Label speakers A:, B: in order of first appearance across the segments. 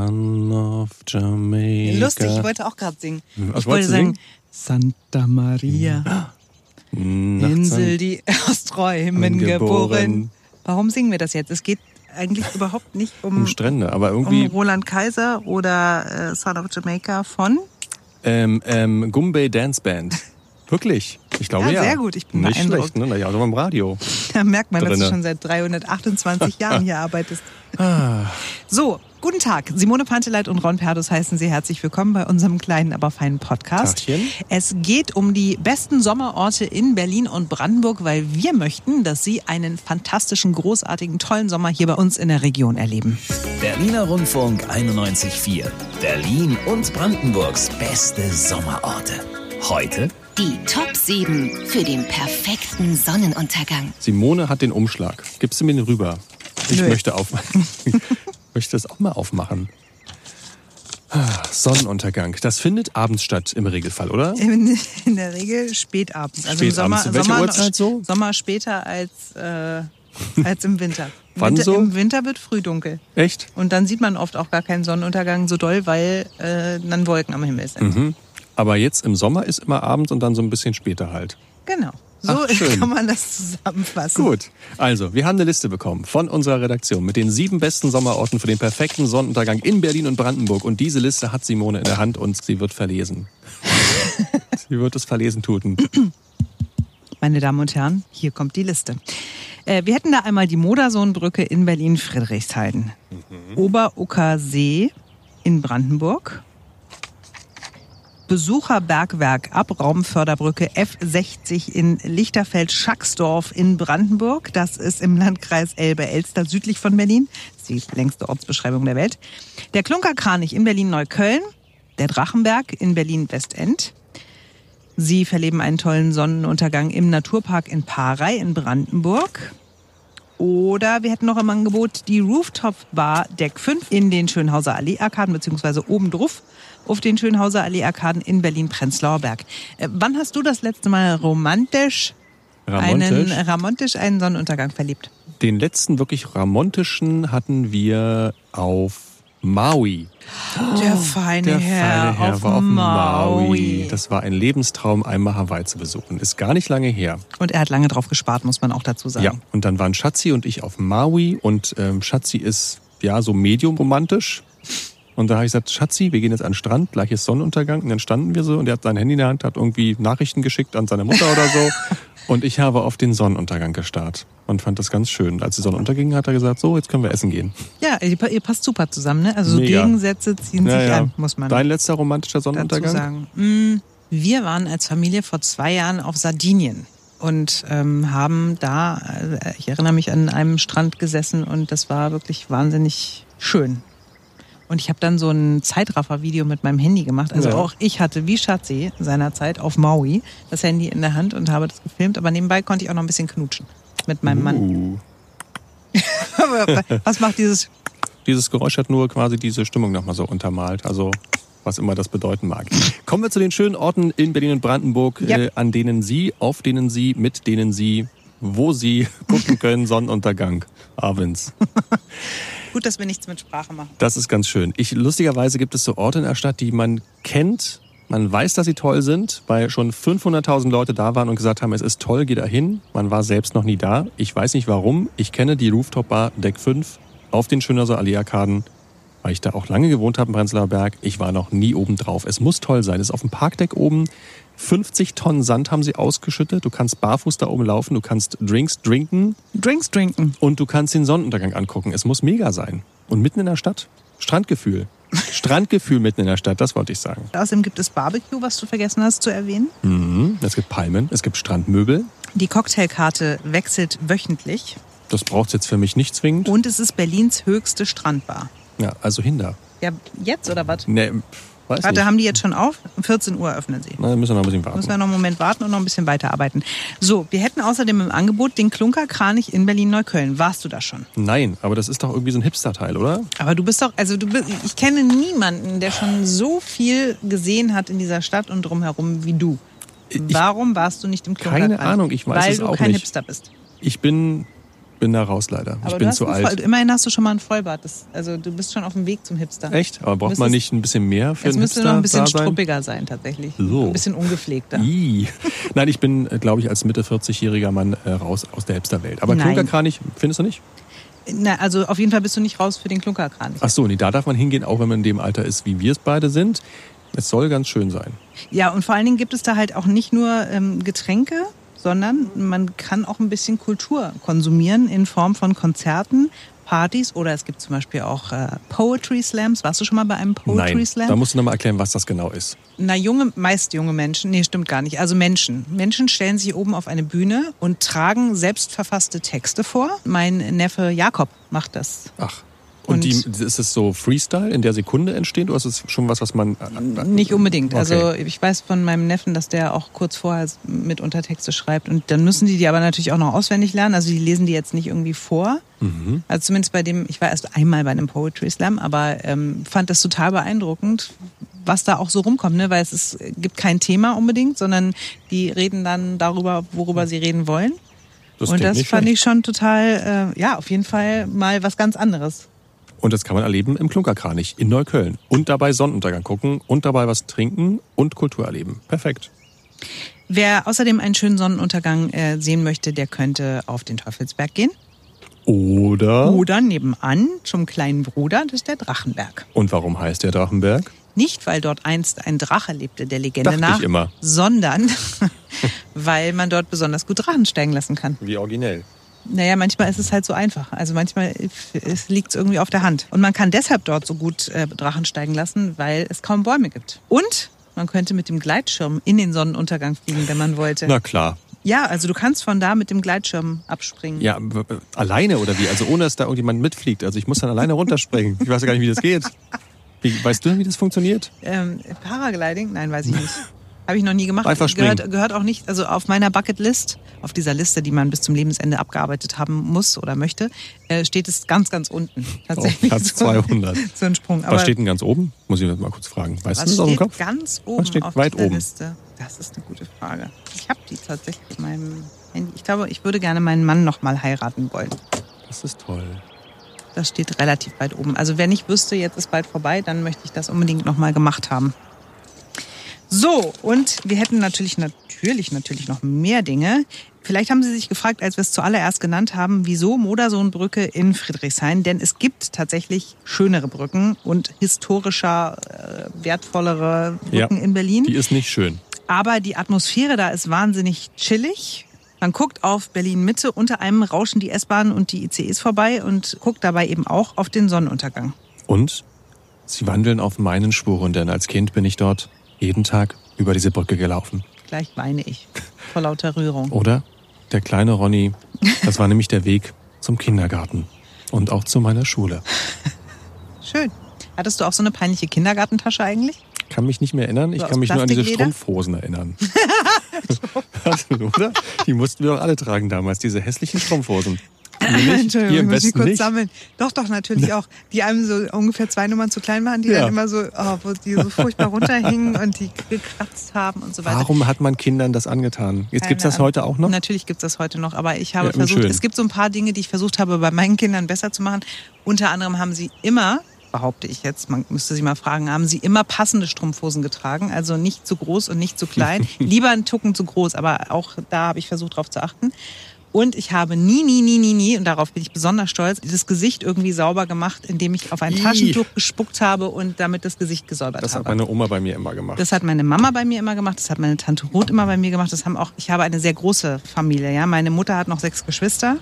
A: Son of Jamaica.
B: Lustig, ich wollte auch gerade singen.
A: Hm, Was
B: ich wollte
A: wolltest du Hm.
B: sagen, Santa Maria,
A: Nachts
B: Insel, die aus Träumen
A: Angeboren.
B: geboren. Warum singen wir das jetzt? Es geht eigentlich überhaupt nicht um,
A: um Strände, aber
B: um
A: irgendwie
B: Roland Kaiser oder äh, Son of Jamaica von.
A: ähm, ähm, Gumbay Dance Band. Wirklich? Ich glaube ja.
B: Ja, sehr gut, ich bin
A: Nicht
B: beeindruckt.
A: schlecht, ne? Ja, aber im Radio.
B: Da merkt man, dass du
A: Drinne.
B: schon seit 328 Jahren hier arbeitest.
A: Ah.
B: So, guten Tag. Simone Panteleit und Ron Perdus heißen Sie herzlich willkommen bei unserem kleinen, aber feinen Podcast.
A: Tagchen.
B: Es geht um die besten Sommerorte in Berlin und Brandenburg, weil wir möchten, dass Sie einen fantastischen, großartigen, tollen Sommer hier bei uns in der Region erleben.
C: Berliner Rundfunk 91.4. Berlin und Brandenburgs beste Sommerorte. Heute
D: Die Top 7 für den perfekten Sonnenuntergang.
A: Simone hat den Umschlag. Gibst du mir den rüber? Ich
B: Nö.
A: möchte aufmachen. möchte das auch mal aufmachen. Ah, Sonnenuntergang. Das findet abends statt im Regelfall, oder?
B: In, in der Regel spätabends. Also
A: Spätabends.
B: im Sommer,
A: Welche
B: Sommer,
A: Uhrzeit so?
B: Sommer später als, äh, als im Winter.
A: Wann
B: Winter
A: so?
B: Im Winter wird früh dunkel.
A: Echt?
B: Und dann sieht man oft auch gar keinen Sonnenuntergang so doll, weil äh, dann Wolken am Himmel sind.
A: Mhm. Aber jetzt im Sommer ist immer abends und dann so ein bisschen später halt.
B: Genau. So
A: Ach, schön.
B: kann man das zusammenfassen.
A: Gut, also wir haben eine Liste bekommen von unserer Redaktion mit den sieben besten Sommerorten für den perfekten Sonnenuntergang in Berlin und Brandenburg. Und diese Liste hat Simone in der Hand und sie wird verlesen. sie wird es verlesen tuten.
B: Meine Damen und Herren, hier kommt die Liste. Äh, wir hätten da einmal die Modersohnbrücke in Berlin-Friedrichshain, Oberuckersee in Brandenburg, Besucherbergwerk ab Raumförderbrücke F60 in Lichterfeld-Schacksdorf in Brandenburg. Das ist im Landkreis Elbe-Elster südlich von Berlin. Das ist die längste Ortsbeschreibung der Welt. Der Klunkerkranich in Berlin-Neukölln, der Drachenberg in Berlin-Westend. Sie verleben einen tollen Sonnenuntergang im Naturpark in Parey in Brandenburg. Oder wir hätten noch im Angebot die Rooftop Bar Deck 5 in den Schönhauser Allee-Arkaden, beziehungsweise oben drauf auf den Schönhauser Allee-Arkaden in Berlin-Prenzlauer Berg. Äh, wann hast du das letzte Mal romantisch, einen, äh,
A: Ramontisch.
B: romantisch einen Sonnenuntergang verliebt?
A: Den letzten wirklich ramontischen hatten wir auf Maui.
B: der feine
A: Oh, Der
B: Herr,
A: feine Herr
B: auf,
A: war auf
B: Maui.
A: Maui. Das war ein Lebenstraum, einmal Hawaii zu besuchen. Ist gar nicht lange her.
B: Und er hat lange drauf gespart, muss man auch dazu sagen.
A: Ja, und dann waren Schatzi und ich auf Maui und ähm, Schatzi ist ja so medium romantisch. Und da habe ich gesagt, Schatzi, wir gehen jetzt an den Strand, gleich ist Sonnenuntergang. Und dann standen wir so und er hat sein Handy in der Hand, hat irgendwie Nachrichten geschickt an seine Mutter oder so. Und ich habe auf den Sonnenuntergang gestarrt und fand das ganz schön. Als die Sonne unterging, hat er gesagt, so, jetzt können wir essen gehen.
B: Ja, ihr, pa- ihr passt super zusammen, ne? Also so
A: Mega.
B: Gegensätze ziehen sich an, muss man
A: Dein letzter romantischer
B: dazu
A: Sonnenuntergang?
B: sagen. Mm, Wir waren als Familie vor zwei Jahren auf Sardinien und ähm, haben da, äh, ich erinnere mich, an einem Strand gesessen und das war wirklich wahnsinnig schön. Und ich habe dann so ein Zeitraffer-Video mit meinem Handy gemacht. Also
A: Ja.
B: auch ich hatte, wie Schatzi seinerzeit, auf Maui das Handy in der Hand und habe das gefilmt. Aber nebenbei konnte ich auch noch ein bisschen knutschen mit meinem Mann.
A: Uh,
B: Was macht dieses
A: dieses Geräusch hat nur quasi diese Stimmung nochmal so untermalt. Also was immer das bedeuten mag. Kommen wir zu den schönen Orten in Berlin und Brandenburg,
B: Ja.
A: äh, an denen Sie, auf denen Sie, mit denen Sie, wo Sie gucken können, Sonnenuntergang abends.
B: Gut, dass wir nichts mit Sprache machen.
A: Das ist ganz schön. Ich, lustigerweise gibt es so Orte in der Stadt, die man kennt. Man weiß, dass sie toll sind, weil schon 500.000 Leute da waren und gesagt haben, es ist toll, geh da hin. Man war selbst noch nie da. Ich weiß nicht warum. Ich kenne die Rooftop Bar Deck 5 auf den Schönhauser Allee-Arkaden, weil ich da auch lange gewohnt habe in Prenzlauer Berg. Ich war noch nie oben drauf. Es muss toll sein. Es ist auf dem Parkdeck oben. 50 Tonnen Sand haben sie ausgeschüttet. Du kannst barfuß da oben laufen. Du kannst Drinks trinken.
B: Drinks trinken.
A: Und du kannst den Sonnenuntergang angucken. Es muss mega sein. Und mitten in der Stadt? Strandgefühl. Strandgefühl mitten in der Stadt, das wollte ich sagen.
B: Außerdem gibt es Barbecue, was du vergessen hast zu erwähnen.
A: Mhm. Es gibt Palmen, es gibt Strandmöbel.
B: Die Cocktailkarte wechselt wöchentlich
A: Das braucht es jetzt für mich nicht zwingend.
B: und es ist Berlins höchste Strandbar.
A: Ja, also hinder.
B: Ja, jetzt oder was?
A: Nee, pff, weiß
B: Warte,
A: nicht.
B: haben die jetzt schon auf? Um 14 Uhr öffnen sie.
A: Na, dann müssen wir noch ein bisschen warten.
B: Müssen wir noch einen Moment warten und noch ein bisschen weiterarbeiten. So, wir hätten außerdem im Angebot den Klunkerkranich in Berlin-Neukölln. Warst du da schon?
A: Nein, aber das ist doch irgendwie so ein Hipster-Teil, oder?
B: Aber du bist doch, also du bist, ich kenne niemanden, der schon so viel gesehen hat in dieser Stadt und drumherum wie du. Warum warst du nicht im
A: Keine
B: Klunkerkranich?
A: Ahnung, ich weiß
B: Weil
A: es
B: du
A: auch
B: kein
A: nicht.
B: Hipster bist.
A: Ich bin bin da raus leider.
B: Aber
A: ich
B: du
A: bin
B: hast
A: zu
B: ein
A: alt.
B: Voll, immerhin hast du schon mal ein Vollbart. Das, also du bist schon auf dem Weg zum Hipster.
A: Echt? Aber braucht man
B: Müsstest-
A: nicht ein bisschen mehr für
B: Es
A: einen
B: müsste
A: Hipster
B: noch ein bisschen
A: da sein?
B: struppiger sein tatsächlich.
A: So.
B: Ein bisschen ungepflegter.
A: Ii. Nein, ich bin, glaube ich, als Mitte 40-jähriger Mann äh, raus aus der Hipsterwelt. Aber
B: Nein.
A: Klunkerkranich findest du nicht?
B: Na, also auf jeden Fall bist du nicht raus für den Klunkerkranich.
A: Ach so, nee, da darf man hingehen, auch wenn man in dem Alter ist, wie wir es beide sind. Es soll ganz schön sein.
B: Ja, und vor allen Dingen gibt es da halt auch nicht nur ähm, Getränke, sondern man kann auch ein bisschen Kultur konsumieren in Form von Konzerten, Partys oder es gibt zum Beispiel auch äh, Poetry Slams. Warst du schon mal bei einem Poetry
A: Nein,
B: Slam?
A: da musst du nochmal erklären, was das genau ist.
B: Na, junge, meist junge Menschen. Nee, stimmt gar nicht. Also Menschen. Menschen stellen sich oben auf eine Bühne und tragen selbstverfasste Texte vor. Mein Neffe Jakob macht das.
A: Ach. Und,
B: Und-
A: die, ist es so Freestyle, in der Sekunde entsteht, oder ist es schon was, was man... äh,
B: Nicht unbedingt.
A: Okay.
B: Also ich weiß von meinem Neffen, dass der auch kurz vorher mit Untertexte schreibt. Und dann müssen die die aber natürlich auch noch auswendig lernen. Also die lesen die jetzt nicht irgendwie vor.
A: Mhm.
B: Also zumindest bei dem, ich war erst einmal bei einem Poetry Slam, aber ähm, fand das total beeindruckend, was da auch so rumkommt. Ne? Weil es ist, gibt kein Thema unbedingt, sondern die reden dann darüber, worüber sie reden wollen. Und
A: klingt
B: das
A: nicht
B: fand
A: schlecht.
B: ich schon total, äh, ja, auf jeden Fall mal was ganz anderes.
A: Und das kann man erleben im Klunkerkranich in Neukölln. Und dabei Sonnenuntergang gucken und dabei was trinken und Kultur erleben. Perfekt.
B: Wer außerdem einen schönen Sonnenuntergang äh, sehen möchte, der könnte auf den Teufelsberg gehen.
A: Oder?
B: Oder nebenan zum kleinen Bruder, das ist der Drachenberg.
A: Und warum heißt der Drachenberg?
B: Nicht, weil dort einst ein Drache lebte, der Legende
A: Dachte ich
B: nach,
A: immer.
B: sondern weil man dort besonders gut Drachen steigen lassen kann.
A: Wie originell.
B: Naja, manchmal ist es halt so einfach. Also manchmal liegt es irgendwie auf der Hand. Und man kann deshalb dort so gut äh, Drachen steigen lassen, weil es kaum Bäume gibt. Und man könnte mit dem Gleitschirm in den Sonnenuntergang fliegen, wenn man wollte.
A: Na klar.
B: Ja, also du kannst von da mit dem Gleitschirm abspringen.
A: Ja, w- w- alleine oder wie? Also ohne, dass da irgendjemand mitfliegt. Also ich muss dann alleine runterspringen. Ich weiß ja gar nicht, wie das geht. Wie, weißt du, wie das funktioniert?
B: Ähm, Paragliding? Nein, weiß ich nicht. Habe ich noch nie gemacht.
A: Einfach springen.
B: gehört, gehört auch nicht, also auf meiner Bucketlist, auf dieser Liste, die man bis zum Lebensende abgearbeitet haben muss oder möchte, äh, steht es ganz, ganz unten. Tatsächlich.
A: Oh, Platz 200.
B: So ein Sprung. Aber
A: was steht denn ganz oben? Muss ich das mal kurz fragen. Weißt du
B: was
A: das aus dem
B: steht
A: Kopf?
B: ganz oben
A: steht
B: auf
A: weit
B: dieser
A: oben?
B: Liste? Das ist eine gute Frage. Ich habe die tatsächlich in meinem Handy. Ich glaube, ich würde gerne meinen Mann nochmal heiraten wollen.
A: Das ist toll.
B: Das steht relativ weit oben. Also wenn ich wüsste, jetzt ist bald vorbei, dann möchte ich das unbedingt nochmal gemacht haben. So, und wir hätten natürlich, natürlich, natürlich noch mehr Dinge. Vielleicht haben Sie sich gefragt, als wir es zuallererst genannt haben, wieso Modersohnbrücke in Friedrichshain? Denn es gibt tatsächlich schönere Brücken und historischer, äh, wertvollere
A: Ja.
B: Brücken in Berlin.
A: Die ist nicht schön.
B: Aber die Atmosphäre da ist wahnsinnig chillig. Man guckt auf Berlin Mitte, unter einem rauschen die S-Bahnen und die ICEs vorbei und guckt dabei eben auch auf den Sonnenuntergang.
A: Und sie wandeln auf meinen Spuren, denn als Kind bin ich dort jeden Tag über diese Brücke gelaufen.
B: Gleich weine ich vor lauter Rührung.
A: Oder? Der kleine Ronny, das war nämlich der Weg zum Kindergarten und auch zu meiner Schule.
B: Schön. Hattest du auch so eine peinliche Kindergartentasche eigentlich?
A: Kann mich nicht mehr erinnern, ich
B: So aus
A: kann mich nur an diese
B: Plastikleder?
A: Strumpfhosen erinnern. Was, oder? Die mussten wir auch alle tragen damals, diese hässlichen Strumpfhosen. Nicht, hier
B: ich
A: im
B: muss mich
A: Westen
B: kurz
A: nicht.
B: sammeln. Doch, doch, natürlich auch. Die einem so ungefähr zwei Nummern zu klein waren, die
A: Ja.
B: dann immer so, oh, wo die so furchtbar runterhingen und die gekratzt haben und so weiter.
A: Warum hat man Kindern das angetan? Jetzt gibt's das
B: Keine
A: heute auch noch?
B: Natürlich gibt's das heute noch, aber ich habe
A: Ja,
B: versucht,
A: schön.
B: es gibt so ein paar Dinge, die ich versucht habe, bei meinen Kindern besser zu machen. Unter anderem haben sie immer, behaupte ich jetzt, man müsste sie mal fragen, haben sie immer passende Strumpfhosen getragen, also nicht zu groß und nicht zu klein. Lieber einen Tucken zu groß, aber auch da habe ich versucht, drauf zu achten. Und ich habe nie, nie, nie, nie, nie, und darauf bin ich besonders stolz, das Gesicht irgendwie sauber gemacht, indem ich auf ein
A: Ih.
B: Taschentuch gespuckt habe und damit das Gesicht gesäubert
A: Das
B: habe.
A: hat meine Oma bei mir immer gemacht.
B: Das hat meine Mama bei mir immer gemacht, das hat meine Tante Ruth immer bei mir gemacht. Das haben auch, ich habe eine sehr große Familie, ja. Meine Mutter hat noch sechs Geschwister.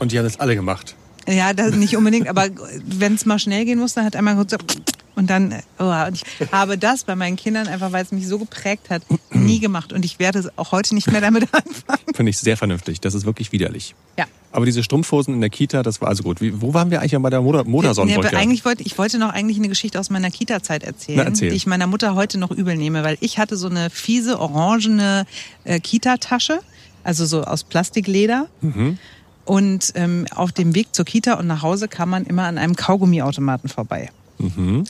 A: Und die haben das alle gemacht.
B: Ja, das nicht unbedingt, aber wenn es mal schnell gehen muss, dann hat einmal kurz so und dann, oh, und ich habe das bei meinen Kindern einfach, weil es mich so geprägt hat, nie gemacht. Und ich werde es auch heute nicht mehr damit anfangen.
A: Finde ich sehr vernünftig. Das ist wirklich widerlich.
B: Ja.
A: Aber diese Strumpfhosen in der Kita, das war also gut. Wie, wo waren wir eigentlich bei der Moder Modersonnenbrücke?
B: Nee, aber eigentlich wollte, ich wollte noch eigentlich eine Geschichte aus meiner Kita-Zeit erzählen,
A: Na, erzähl.
B: die ich meiner Mutter heute noch übel nehme, weil ich hatte so eine fiese, orangene äh, Kita-Tasche, also so aus Plastikleder.
A: Mhm.
B: Und ähm, auf dem Weg zur Kita und nach Hause kam man immer an einem Kaugummiautomaten vorbei.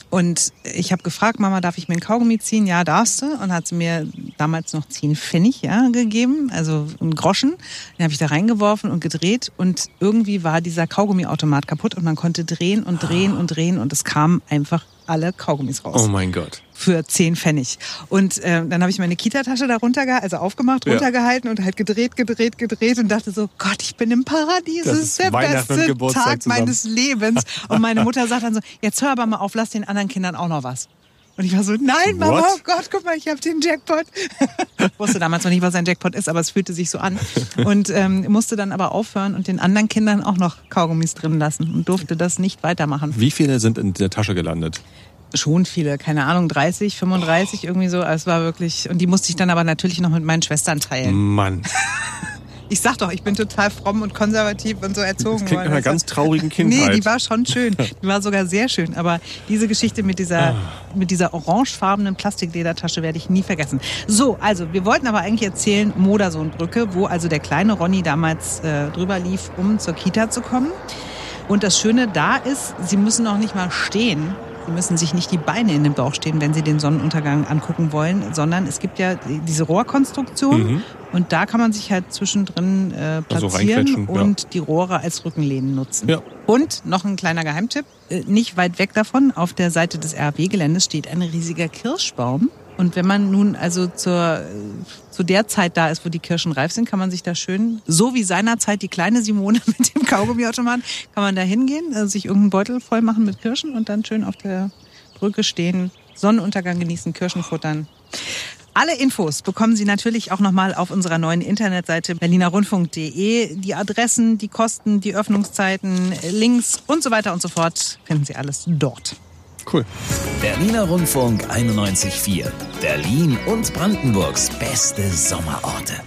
B: Und ich habe gefragt, Mama, darf ich mir ein Kaugummi ziehen? Ja, darfst du. Und hat sie mir damals noch 10 Pfennig ja, gegeben, also einen Groschen. Den habe ich da reingeworfen und gedreht. Und irgendwie war dieser Kaugummiautomat kaputt und man konnte drehen und drehen und drehen und es kamen einfach alle Kaugummis raus
A: Oh mein Gott.
B: für 10 Pfennig. Und äh, dann habe ich meine Kita-Tasche da runterge also aufgemacht,
A: Ja.
B: runtergehalten und halt gedreht, gedreht, gedreht und dachte so, Gott, ich bin im Paradies.
A: Das
B: Das
A: ist
B: ist der
A: Weihnachten und
B: beste
A: Geburtstag
B: Tag
A: zusammen.
B: meines Lebens. Und meine Mutter sagt dann so, jetzt hör aber mal auf, lass den anderen Kindern auch noch was. Und ich war so, nein, Mama,
A: What?
B: oh Gott, guck mal, ich habe den Jackpot. Ich wusste damals noch nicht, was ein Jackpot ist, aber es fühlte sich so an. Und ähm, musste dann aber aufhören und den anderen Kindern auch noch Kaugummis drin lassen und durfte das nicht weitermachen.
A: Wie viele sind in der Tasche gelandet?
B: Schon viele, keine Ahnung, 30, 35, irgendwie so. Also Es war wirklich, und die musste ich dann aber natürlich noch mit meinen Schwestern
A: Mhm.
B: teilen.
A: Mann,
B: Ich sag doch, ich bin total fromm und konservativ und so erzogen
A: das klingt
B: worden.
A: nach einer ganz traurigen Kindheit.
B: Nee, die war schon schön. Die war sogar sehr schön. Aber diese Geschichte
A: Ah.
B: mit dieser, mit dieser orangefarbenen Plastikledertasche werde ich nie vergessen. So, also, wir wollten aber eigentlich erzählen, Modersohnbrücke, wo also der kleine Ronny damals äh, drüber lief, um zur Kita zu kommen. Und das Schöne da ist, sie müssen noch nicht mal stehen. Sie müssen sich nicht die Beine in den Bauch stehen, wenn sie den Sonnenuntergang angucken wollen, sondern es gibt ja die- diese Rohrkonstruktion und da kann man sich halt zwischendrin äh,
A: Mhm. Also
B: platzieren
A: reinquetschen, ja.
B: und die Rohre als Rückenlehnen nutzen.
A: Ja.
B: Und noch ein kleiner Geheimtipp, äh, nicht weit weg davon, auf der Seite des RW-Geländes steht ein riesiger Kirschbaum. Und wenn man nun also zur, äh, zu der Zeit da ist, wo die Kirschen reif sind, kann man sich da schön, so wie seinerzeit die kleine Simone mit dem Kaugummiautomaten, kann man da hingehen, äh, sich irgendeinen Beutel voll machen mit Kirschen und dann schön auf der Brücke stehen, Sonnenuntergang genießen, Kirschen futtern. Alle Infos bekommen Sie natürlich auch nochmal auf unserer neuen Internetseite berlinerrundfunk.de. Die Adressen, die Kosten, die Öffnungszeiten, Links und so weiter und so fort finden Sie alles dort.
A: cool.
C: Berliner Rundfunk 91.4. Berlin und Brandenburgs beste Sommerorte.